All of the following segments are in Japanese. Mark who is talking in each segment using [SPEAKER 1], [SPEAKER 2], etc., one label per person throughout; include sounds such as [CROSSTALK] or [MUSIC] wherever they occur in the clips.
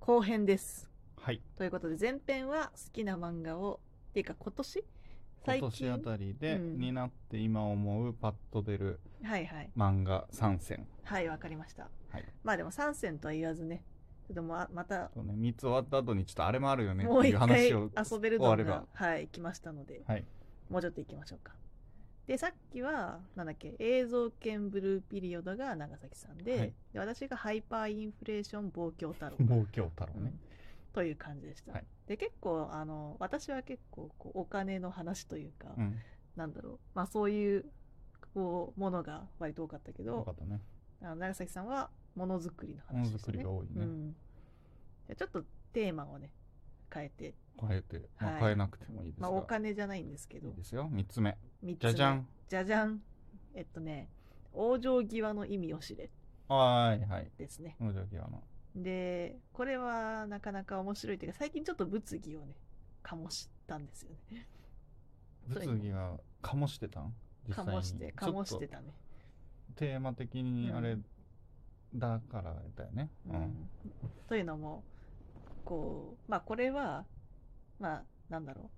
[SPEAKER 1] 後編です。
[SPEAKER 2] はい
[SPEAKER 1] ということで前編は好きな漫画をっていうか今年
[SPEAKER 2] 今年あたりで、
[SPEAKER 1] うん
[SPEAKER 2] になって今思うパッと出る
[SPEAKER 1] はいはい
[SPEAKER 2] 漫画3選
[SPEAKER 1] はいわかりました
[SPEAKER 2] はい
[SPEAKER 1] まあでも3選とは言わずねちょっとままた
[SPEAKER 2] そうね、3つ終わった後にちょっとあれもあるよね
[SPEAKER 1] も
[SPEAKER 2] っ
[SPEAKER 1] う
[SPEAKER 2] てい
[SPEAKER 1] 一
[SPEAKER 2] う
[SPEAKER 1] 回
[SPEAKER 2] 話
[SPEAKER 1] 遊
[SPEAKER 2] を
[SPEAKER 1] べる
[SPEAKER 2] 終わ
[SPEAKER 1] の
[SPEAKER 2] れ
[SPEAKER 1] が
[SPEAKER 2] ば、
[SPEAKER 1] はい、来ましたので、
[SPEAKER 2] はい、
[SPEAKER 1] もうちょっと行きましょうか。で、さっきは、なんだっけ、映像犬ブルーピリオドが長崎さんで、
[SPEAKER 2] はい
[SPEAKER 1] で私がハイパーインフレーション望郷太郎、
[SPEAKER 2] もう今日太郎
[SPEAKER 1] う
[SPEAKER 2] [LAUGHS] ね
[SPEAKER 1] ん、という感じでした。
[SPEAKER 2] はい
[SPEAKER 1] で、結構、あの、私は結構こう、お金の話というか、
[SPEAKER 2] うん、
[SPEAKER 1] なんだろう、まあそういう、こう、ものが割と多かったけ
[SPEAKER 2] よ
[SPEAKER 1] ど
[SPEAKER 2] か、ったね
[SPEAKER 1] あの長崎さんはものづくりの
[SPEAKER 2] もの
[SPEAKER 1] 話で
[SPEAKER 2] づ
[SPEAKER 1] した
[SPEAKER 2] く
[SPEAKER 1] ね。
[SPEAKER 2] りが多いね、
[SPEAKER 1] うん。じゃあちょっとテーマをね、変えて、
[SPEAKER 2] 変えて、ま
[SPEAKER 1] は
[SPEAKER 2] あ、
[SPEAKER 1] い
[SPEAKER 2] 変えなくてもいいです
[SPEAKER 1] ま
[SPEAKER 2] が、
[SPEAKER 1] あお
[SPEAKER 2] い
[SPEAKER 1] 金じゃないんですけど
[SPEAKER 2] い、ですよ3つ目
[SPEAKER 1] 三つ
[SPEAKER 2] じゃじゃん
[SPEAKER 1] じゃじゃんえっとね「往生際の意味を知れ
[SPEAKER 2] はーいはい」
[SPEAKER 1] ですね
[SPEAKER 2] 無邪気やな
[SPEAKER 1] でこれはなかなか面白いというか最近ちょっと物議をね醸したんですよねそう
[SPEAKER 2] 物議が醸してたん実際に
[SPEAKER 1] 醸して
[SPEAKER 2] ちょっと
[SPEAKER 1] 醸してたね、
[SPEAKER 2] テーマ的にあ
[SPEAKER 1] う
[SPEAKER 2] れ
[SPEAKER 1] ん
[SPEAKER 2] だからだよね
[SPEAKER 1] うんというのもこうまあこれはまあなんだろう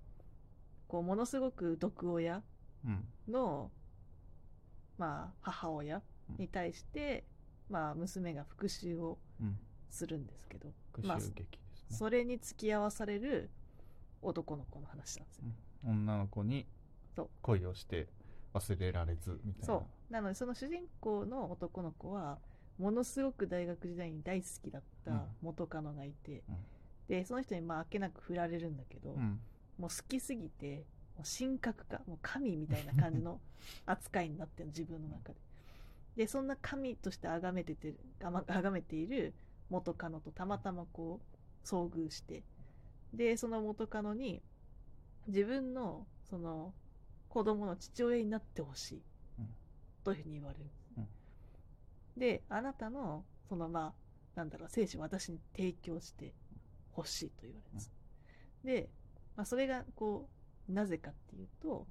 [SPEAKER 1] こうものすごく毒親
[SPEAKER 2] うん
[SPEAKER 1] の、まあ、母親に対して、まあ、娘が復讐を
[SPEAKER 2] うん
[SPEAKER 1] するんですけど
[SPEAKER 2] 復
[SPEAKER 1] まあ
[SPEAKER 2] 讐劇ですね、
[SPEAKER 1] それに付き合わされる男の子の話なんですよ。
[SPEAKER 2] 女の子に
[SPEAKER 1] そう
[SPEAKER 2] 恋をして忘れられずみたいな
[SPEAKER 1] そうなのでその主人公の男の子はものすごく大学時代に大好きだっ
[SPEAKER 2] うん
[SPEAKER 1] た元カノがいて、
[SPEAKER 2] うん
[SPEAKER 1] でその人にまああっけなく振られるんだけど、
[SPEAKER 2] うん、
[SPEAKER 1] もう好きすぎてもう神格化もう神みたいな感じの
[SPEAKER 2] [LAUGHS]
[SPEAKER 1] 扱いになってる自分の中で。でそんな神として崇めててあま崇めている元カノとたまたまこう遭遇してでその元カノに自分のその子供の父親になってほしい
[SPEAKER 2] うん
[SPEAKER 1] というふうに言われる、
[SPEAKER 2] うん
[SPEAKER 1] であなたのそのまあなんだろう精子を私に提供してほしいと言われるんです、で、まあ、それがこうなぜかっていうと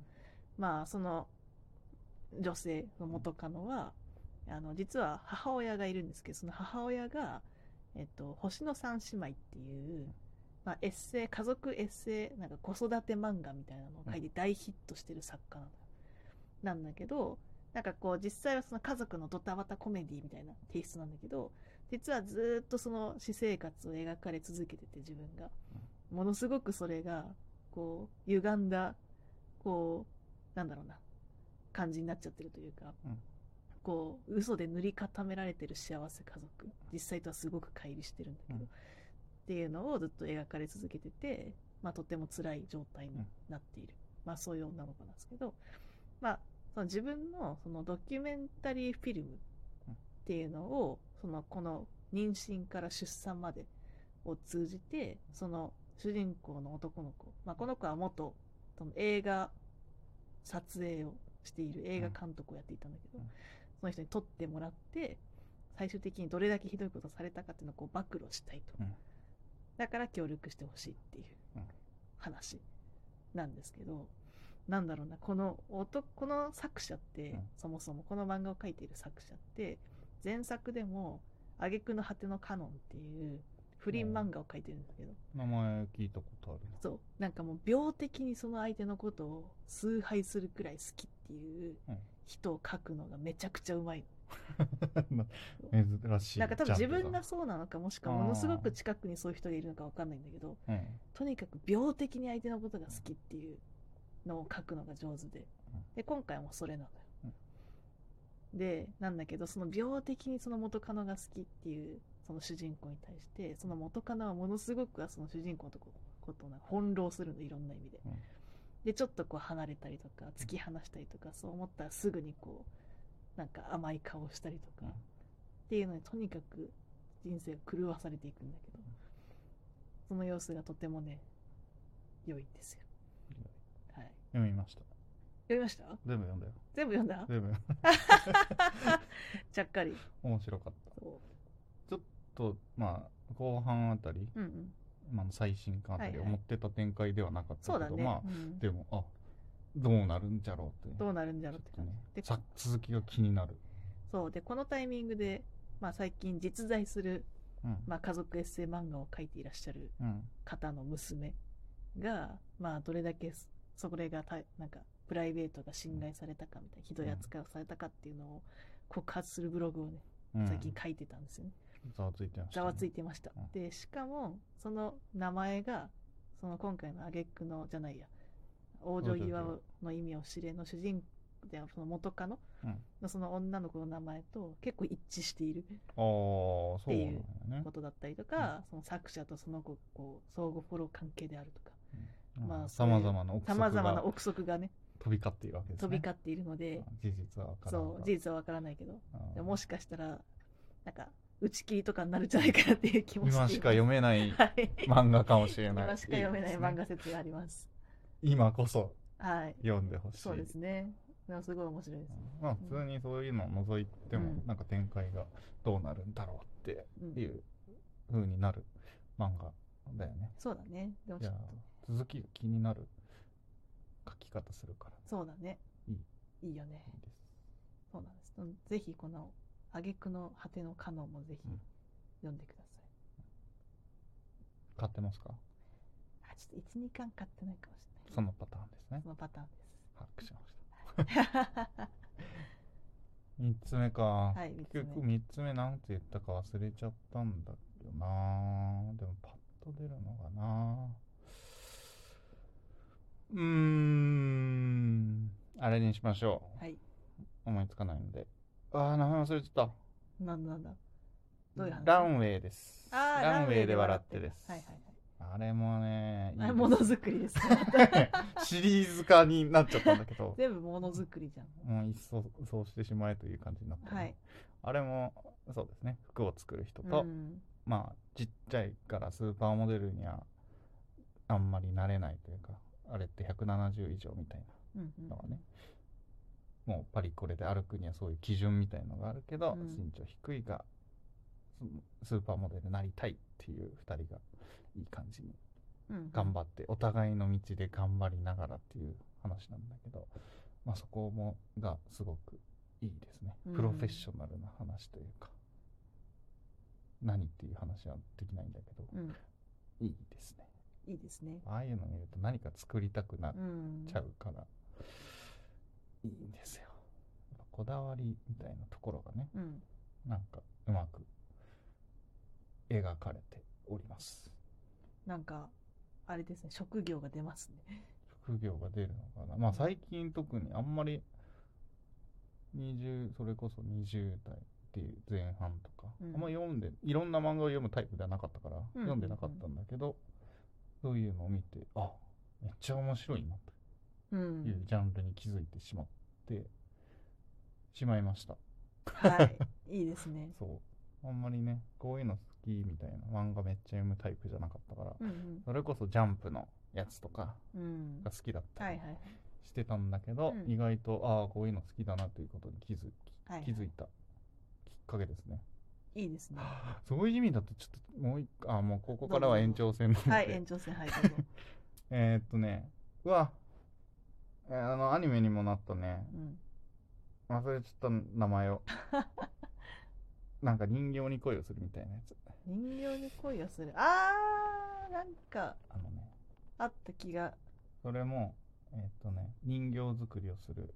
[SPEAKER 1] まあその女性の元カノは、あの実は母親がいるんですけどその母親が、えっと「星の三姉妹」っていう、まあ、エッセイ家族エッセイなんか子育て漫画みたいなのを書いて大ヒットしてる作家なのよなんだけどなんかこう実際はその家族のドタバタコメディみたいなテイストなんだけど実はずーっとその私生活を描かれ続けてて自分がものすごくそれがこう歪んだこうなんだろうな感じになっちゃってるというか、
[SPEAKER 2] うん
[SPEAKER 1] こう嘘で塗り固められてる幸せ家族実際とはすごく乖離してるんだけど、
[SPEAKER 2] うん
[SPEAKER 1] っていうのをずっと描かれ続けてて、まあ、とても辛い状態になっている、まあ、そういう女の子なんですけど、まあ、その自分のそのドキュメンタリーフィルムっていうのをそのこの妊娠から出産までを通じてその主人公の男の子、まあ、この子は元その映画撮影をしている映画監督をやっていたんだけど、
[SPEAKER 2] うん
[SPEAKER 1] その人に撮ってもらって最終的にどれだけひどいことをされたかっていうのをこう暴露したいと、
[SPEAKER 2] うん
[SPEAKER 1] だから協力してほしいっていう
[SPEAKER 2] うん
[SPEAKER 1] 話なんですけどなんだろうなこの男この作者って、
[SPEAKER 2] うん
[SPEAKER 1] そもそもこの漫画を描いている作者って前作でも「挙句の果てのカノン」っていう不倫漫画を描いてるんだけど、
[SPEAKER 2] 名前聞いたことある
[SPEAKER 1] そうなんかもう病的にその相手のことを崇拝するくらい好きっていう
[SPEAKER 2] うん
[SPEAKER 1] 人を描くのがめちゃくちゃうまいの
[SPEAKER 2] な [LAUGHS] 珍しい
[SPEAKER 1] なんか多分
[SPEAKER 2] ジ
[SPEAKER 1] 自
[SPEAKER 2] ャンル
[SPEAKER 1] 分
[SPEAKER 2] だ
[SPEAKER 1] がそうなのかもしくはものすごく近くにそういう人がいるのかわかんないんだけど
[SPEAKER 2] うん
[SPEAKER 1] とにかく病的に相手のことが好きっていうのを書くのが上手で
[SPEAKER 2] うん
[SPEAKER 1] で今回もそれなのよ、でなんだけどその病的にその元カノが好きっていうその主人公に対してその元カノはものすごくその主人公のとこことをなんか翻弄するのいろんな意味で、
[SPEAKER 2] うん
[SPEAKER 1] でちょっとこう離れたりとか突き放したりとかそう思ったらすぐにこうなんか甘い顔をしたりとか、
[SPEAKER 2] うん
[SPEAKER 1] っていうのにとにかく人生が狂わされていくんだけどその様子がとてもね良いんですよ、はい、
[SPEAKER 2] 読みました
[SPEAKER 1] 読みました
[SPEAKER 2] 全部読んだよ
[SPEAKER 1] 全部読んだ
[SPEAKER 2] 全部読んだ
[SPEAKER 1] ちゃっかり
[SPEAKER 2] 面白かった
[SPEAKER 1] そ
[SPEAKER 2] とまあ後半あたり、
[SPEAKER 1] う,、うんうん、
[SPEAKER 2] まあ、最新刊あた
[SPEAKER 1] はい
[SPEAKER 2] り
[SPEAKER 1] はい
[SPEAKER 2] 思ってた展開ではなかったけど、
[SPEAKER 1] そうだね、
[SPEAKER 2] まあ
[SPEAKER 1] うん
[SPEAKER 2] でもあどうなるんじゃろうって
[SPEAKER 1] ど
[SPEAKER 2] う
[SPEAKER 1] うなるんだろうって感じで
[SPEAKER 2] さ続きが気になる
[SPEAKER 1] そうでこのタイミングで、まあ、最近実在する
[SPEAKER 2] うん
[SPEAKER 1] まあ、家族エッセイ漫画を描いていらっしゃる
[SPEAKER 2] うん
[SPEAKER 1] 方の娘が、まあ、どれだけそそれがたなんかプライベートが侵害されたかみたいなひどい扱いをされたかっていうのを告発するブログをね
[SPEAKER 2] うん
[SPEAKER 1] 最近書いてたんですよね。
[SPEAKER 2] ざわついてました
[SPEAKER 1] ざわつい
[SPEAKER 2] て
[SPEAKER 1] てました
[SPEAKER 2] う。ん
[SPEAKER 1] でしかもその名前がその今回の挙句のじゃないや往生際の意味を知れの主人ではその元カノ
[SPEAKER 2] うん
[SPEAKER 1] のその女の子の名前と結構一致している
[SPEAKER 2] ああそうなんだよね
[SPEAKER 1] ことだったりとか、その作者とその子こう相互フォロー関係であるとかまあ
[SPEAKER 2] さまざまな憶
[SPEAKER 1] さま
[SPEAKER 2] 測
[SPEAKER 1] ざまな
[SPEAKER 2] が
[SPEAKER 1] 憶測がね
[SPEAKER 2] 飛び交っているわけですね
[SPEAKER 1] 飛び交っているので、
[SPEAKER 2] 事実は分から
[SPEAKER 1] そう事実はわからないけど、で
[SPEAKER 2] 実
[SPEAKER 1] ももしかしたらなんか打ち切りとかになるんじゃないかなっていう気もしてい
[SPEAKER 2] 今
[SPEAKER 1] ます
[SPEAKER 2] しか読めない
[SPEAKER 1] はい
[SPEAKER 2] 漫画かもしれない
[SPEAKER 1] 今しか読めない漫
[SPEAKER 2] ですね
[SPEAKER 1] 画説があります。
[SPEAKER 2] 今こそ
[SPEAKER 1] はい、
[SPEAKER 2] 読んでほしい
[SPEAKER 1] そうですね。でもすごい面白いです。
[SPEAKER 2] まあ普通にそういうのを除いて
[SPEAKER 1] う
[SPEAKER 2] も、
[SPEAKER 1] ん
[SPEAKER 2] なんか展開がどうなるんだろうっ
[SPEAKER 1] うん
[SPEAKER 2] ていう風になる漫画だよね
[SPEAKER 1] そうだね。でも
[SPEAKER 2] い
[SPEAKER 1] ちょ
[SPEAKER 2] や
[SPEAKER 1] っと
[SPEAKER 2] 続きが気になる書き方するから
[SPEAKER 1] そうだね。
[SPEAKER 2] いい
[SPEAKER 1] いいよね
[SPEAKER 2] い。いです
[SPEAKER 1] そうなんです。うんぜひこの挙句の果てのカノンもぜひ
[SPEAKER 2] うん
[SPEAKER 1] 読んでください。
[SPEAKER 2] 買ってますか
[SPEAKER 1] あ、ちょっと一二巻買ってないかもしれない。
[SPEAKER 2] そのパターンですね
[SPEAKER 1] そのパターンで
[SPEAKER 2] 把握しました
[SPEAKER 1] す。 [LAUGHS]
[SPEAKER 2] 3つ目か、
[SPEAKER 1] い三つ目
[SPEAKER 2] 結局3つ目なんて言ったか忘れちゃったんだけどなでもパッと出るのがなうーんあれにしましょう
[SPEAKER 1] はい。
[SPEAKER 2] 思いつかないのでああ名前忘れちゃっ
[SPEAKER 1] なんだなんだ。どういう
[SPEAKER 2] た
[SPEAKER 1] 話
[SPEAKER 2] ランウェイです
[SPEAKER 1] あー
[SPEAKER 2] ランウェイで笑って
[SPEAKER 1] ランウェイで
[SPEAKER 2] で
[SPEAKER 1] すはいはいはい。
[SPEAKER 2] あれもねいいで
[SPEAKER 1] あ
[SPEAKER 2] す
[SPEAKER 1] れものづくりですね。
[SPEAKER 2] [LAUGHS] シリーズ化になっちゃったんだけど
[SPEAKER 1] [LAUGHS] 全部ものづくりじゃん。
[SPEAKER 2] もう一層そうしてしまえという感じになったね、
[SPEAKER 1] はい。
[SPEAKER 2] あれもそうですね服を作る人
[SPEAKER 1] う
[SPEAKER 2] と、
[SPEAKER 1] ん、
[SPEAKER 2] まあちっちゃいからスーパーモデルにはあんまりなれないというかあれって170以上みたい
[SPEAKER 1] うんうん
[SPEAKER 2] なのがね、もうパリコレで歩くにはそういう基準みたいのがあるけど、
[SPEAKER 1] うん
[SPEAKER 2] 身長低いがススーパーモデルになりたいっていう2人がいい感じに
[SPEAKER 1] うん、
[SPEAKER 2] 頑
[SPEAKER 1] っ
[SPEAKER 2] 張ってお互いの道で頑張りながらっていう話なんだけど、まあ、そこもがすごくいいですね
[SPEAKER 1] うん
[SPEAKER 2] プロフェッショナルな話というか、何っていう話はできないんだけど、
[SPEAKER 1] うん、
[SPEAKER 2] いいですね
[SPEAKER 1] いいですね。
[SPEAKER 2] ああいうの見ると何か作りたくなっ
[SPEAKER 1] うん、
[SPEAKER 2] ちゃうから、いいんですよやっぱこだわりみたいなところがね
[SPEAKER 1] うん、
[SPEAKER 2] なんかうまく描かれております
[SPEAKER 1] なんか、あれですね、職業が出ますね。
[SPEAKER 2] 副業が出るのかなまあ最近特にあんまり20それこそ20代っていう前半とか、
[SPEAKER 1] うん
[SPEAKER 2] あんま読んでいろんな漫画を読むタイプではなかったから、
[SPEAKER 1] うんうん
[SPEAKER 2] 読んでなかったんだけどそういうのを見てあめっちゃ面白いな
[SPEAKER 1] う、
[SPEAKER 2] というんジャンルに気づいてしまってしまいました
[SPEAKER 1] はい、いいですね。
[SPEAKER 2] そうあんまりねこういうの好きみたいな漫画めっちゃ読むタイプじゃなかったから、
[SPEAKER 1] うん、
[SPEAKER 2] それこそジャンプのやつとか
[SPEAKER 1] うん、うん
[SPEAKER 2] が、好きだった
[SPEAKER 1] は
[SPEAKER 2] り
[SPEAKER 1] いはい、
[SPEAKER 2] してたんだけど、
[SPEAKER 1] うん
[SPEAKER 2] 意外とああこういうの好きだなということに気づ
[SPEAKER 1] はいはい
[SPEAKER 2] 気づいたきっかけですね、 [LAUGHS]
[SPEAKER 1] いいですね。
[SPEAKER 2] そういう意味だとちょっともう一個あもうここからは延長戦なので、
[SPEAKER 1] はい、延長戦、はい、どうぞ。
[SPEAKER 2] えーっとねうわえーあのアニメにもなったね
[SPEAKER 1] うん、
[SPEAKER 2] 忘れちゃった名
[SPEAKER 1] [LAUGHS]
[SPEAKER 2] 前をなんか人形に恋をするみたいなやつ
[SPEAKER 1] 人形に恋をする。あー、なんか、
[SPEAKER 2] あのね
[SPEAKER 1] あった気が、
[SPEAKER 2] それもえーっとね人形作りをする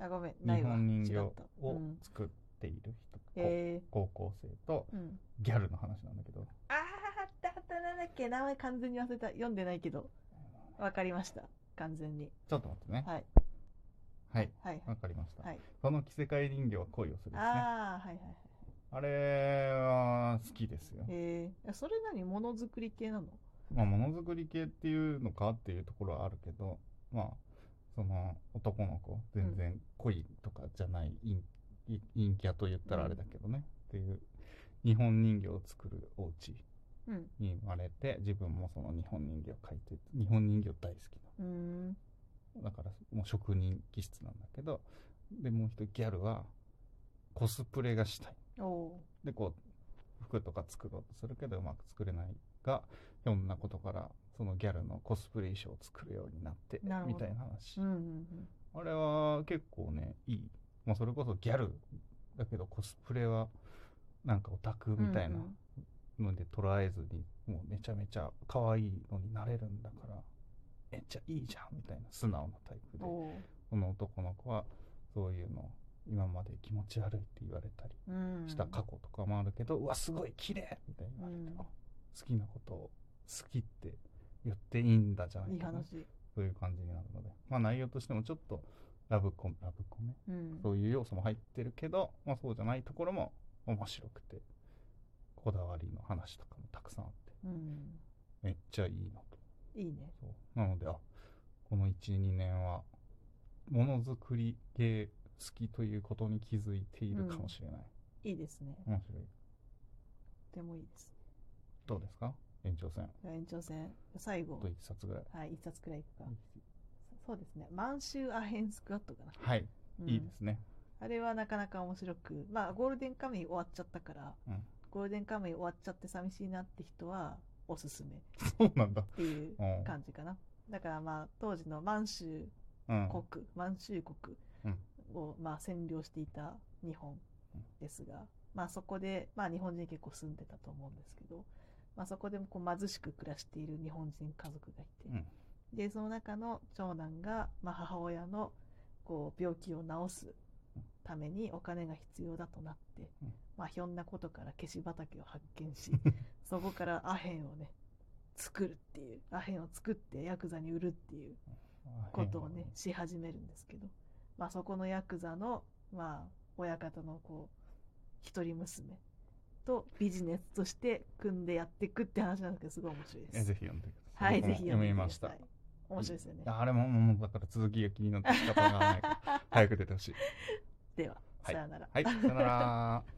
[SPEAKER 1] あ、ごめん、な
[SPEAKER 2] 日
[SPEAKER 1] いわ。
[SPEAKER 2] 本人形
[SPEAKER 1] 違っ
[SPEAKER 2] を
[SPEAKER 1] たうん、
[SPEAKER 2] 作っている人、
[SPEAKER 1] え
[SPEAKER 2] 高校生と
[SPEAKER 1] ー、うん。
[SPEAKER 2] ギャルの話なんだけど
[SPEAKER 1] あー、あったあった、なんだっけ、名前完全に忘れた。読んでないけど、わかりました。完全に。
[SPEAKER 2] ちょっと待ってね
[SPEAKER 1] はい、
[SPEAKER 2] はい
[SPEAKER 1] はい、
[SPEAKER 2] わかりました、
[SPEAKER 1] はい。
[SPEAKER 2] その着せ替え人形は恋をするですねあ
[SPEAKER 1] あー、はいはいはい。
[SPEAKER 2] れは好きですよ、
[SPEAKER 1] えー、それ何ものづくり系なの
[SPEAKER 2] まあ、ものづくり系っていうのかっていうところはあるけどまあその男の子全然恋とかじゃない陰陰陰キャと言ったらあれだけどね、っていう日本人形を作るお家
[SPEAKER 1] うん。
[SPEAKER 2] に生まれて自分もその日本人形を描いて日本人形大好きな
[SPEAKER 1] うーん。
[SPEAKER 2] だからもう職人気質なんだけどでもう一人ギャルはコスプレがしたい
[SPEAKER 1] おお
[SPEAKER 2] でこう服とか作ろうとするけどうまく作れないがひょんなことからそのギャルのコスプレ衣装を作るようになって
[SPEAKER 1] なるほ
[SPEAKER 2] み
[SPEAKER 1] ど
[SPEAKER 2] たいな話、
[SPEAKER 1] ー。うんうん
[SPEAKER 2] あれは結構ねいい、まあ、それこそギャルだけどコスプレはなんかオタク
[SPEAKER 1] うん。
[SPEAKER 2] みたいな
[SPEAKER 1] うん
[SPEAKER 2] ので捉えずにもうめちゃめちゃ可愛いのになれるんだからめっちゃいいじゃんみたいな素直なタイプでこ
[SPEAKER 1] おー
[SPEAKER 2] の男の子はそういうの今まで気持ち悪いって言われたり
[SPEAKER 1] うん
[SPEAKER 2] した過去とかもあるけど、うわすごい綺麗みたいに言われて、
[SPEAKER 1] うん
[SPEAKER 2] あ好きなことを好きって言っていいんだじゃない
[SPEAKER 1] いい
[SPEAKER 2] かな
[SPEAKER 1] 話、
[SPEAKER 2] そういう感じになるのでまあ内容としてもちょっとラブコメラブコメ
[SPEAKER 1] うん、
[SPEAKER 2] そういう要素も入ってるけど、まあ、そうじゃないところも面白くてこだわりの話とかもたくさんあって
[SPEAKER 1] うん、
[SPEAKER 2] めっちゃいいなと
[SPEAKER 1] いいね
[SPEAKER 2] そうなのであこの12年はものづくり系好きということに気づいているかもしれない、
[SPEAKER 1] いいですね
[SPEAKER 2] 面白い
[SPEAKER 1] とてもいいです
[SPEAKER 2] どうですか延長戦
[SPEAKER 1] 延長戦最
[SPEAKER 2] あ
[SPEAKER 1] 後
[SPEAKER 2] と1冊ぐらい
[SPEAKER 1] はい一冊くらいいくかそうですね満州アヘンスクワットかな、
[SPEAKER 2] はい、
[SPEAKER 1] うん
[SPEAKER 2] いいですね [LAUGHS]
[SPEAKER 1] あれはなかなか面白くまあゴールデンカムイ終わっちゃったから、
[SPEAKER 2] うん
[SPEAKER 1] ゴールデンカムイ終わっちゃって寂しいなって人はおすすめっ
[SPEAKER 2] そうなんだ
[SPEAKER 1] ていう
[SPEAKER 2] うん
[SPEAKER 1] 感じかな、だからまあ当時の満州
[SPEAKER 2] うん
[SPEAKER 1] 国、満州国
[SPEAKER 2] うん
[SPEAKER 1] をまあ占領していた日本ですが、まあそこで、まあ日本人結構住んでたと思うんですけど、まあそこでもこう貧しく暮らしている日本人家族がいて、
[SPEAKER 2] うん
[SPEAKER 1] で、その中の長男が、まあ母親のこう病気を治すためにお金が必要だとなって、
[SPEAKER 2] うん
[SPEAKER 1] まあひょんなことから消し畑を発見
[SPEAKER 2] [LAUGHS]
[SPEAKER 1] し、そこからアヘンをね、作るっていう、アヘンを作ってヤクザに売るっていうことをね、し始めるんですけど、まあ、そこのヤクザの、まあ、親方のこう一人娘とビジネスとして組んでやっていくって話なんですけどすごい面白い
[SPEAKER 2] え
[SPEAKER 1] です。
[SPEAKER 2] ぜひ読んでください
[SPEAKER 1] はい、
[SPEAKER 2] 僕も
[SPEAKER 1] ぜひ読んで
[SPEAKER 2] 読み
[SPEAKER 1] くだ
[SPEAKER 2] まし
[SPEAKER 1] さ
[SPEAKER 2] た
[SPEAKER 1] い。面白いですよね。
[SPEAKER 2] あれももうだから続きが気にな
[SPEAKER 1] [LAUGHS]
[SPEAKER 2] って仕方がないから早く出てほしい
[SPEAKER 1] では、
[SPEAKER 2] はい
[SPEAKER 1] さよなら。
[SPEAKER 2] はいさよなら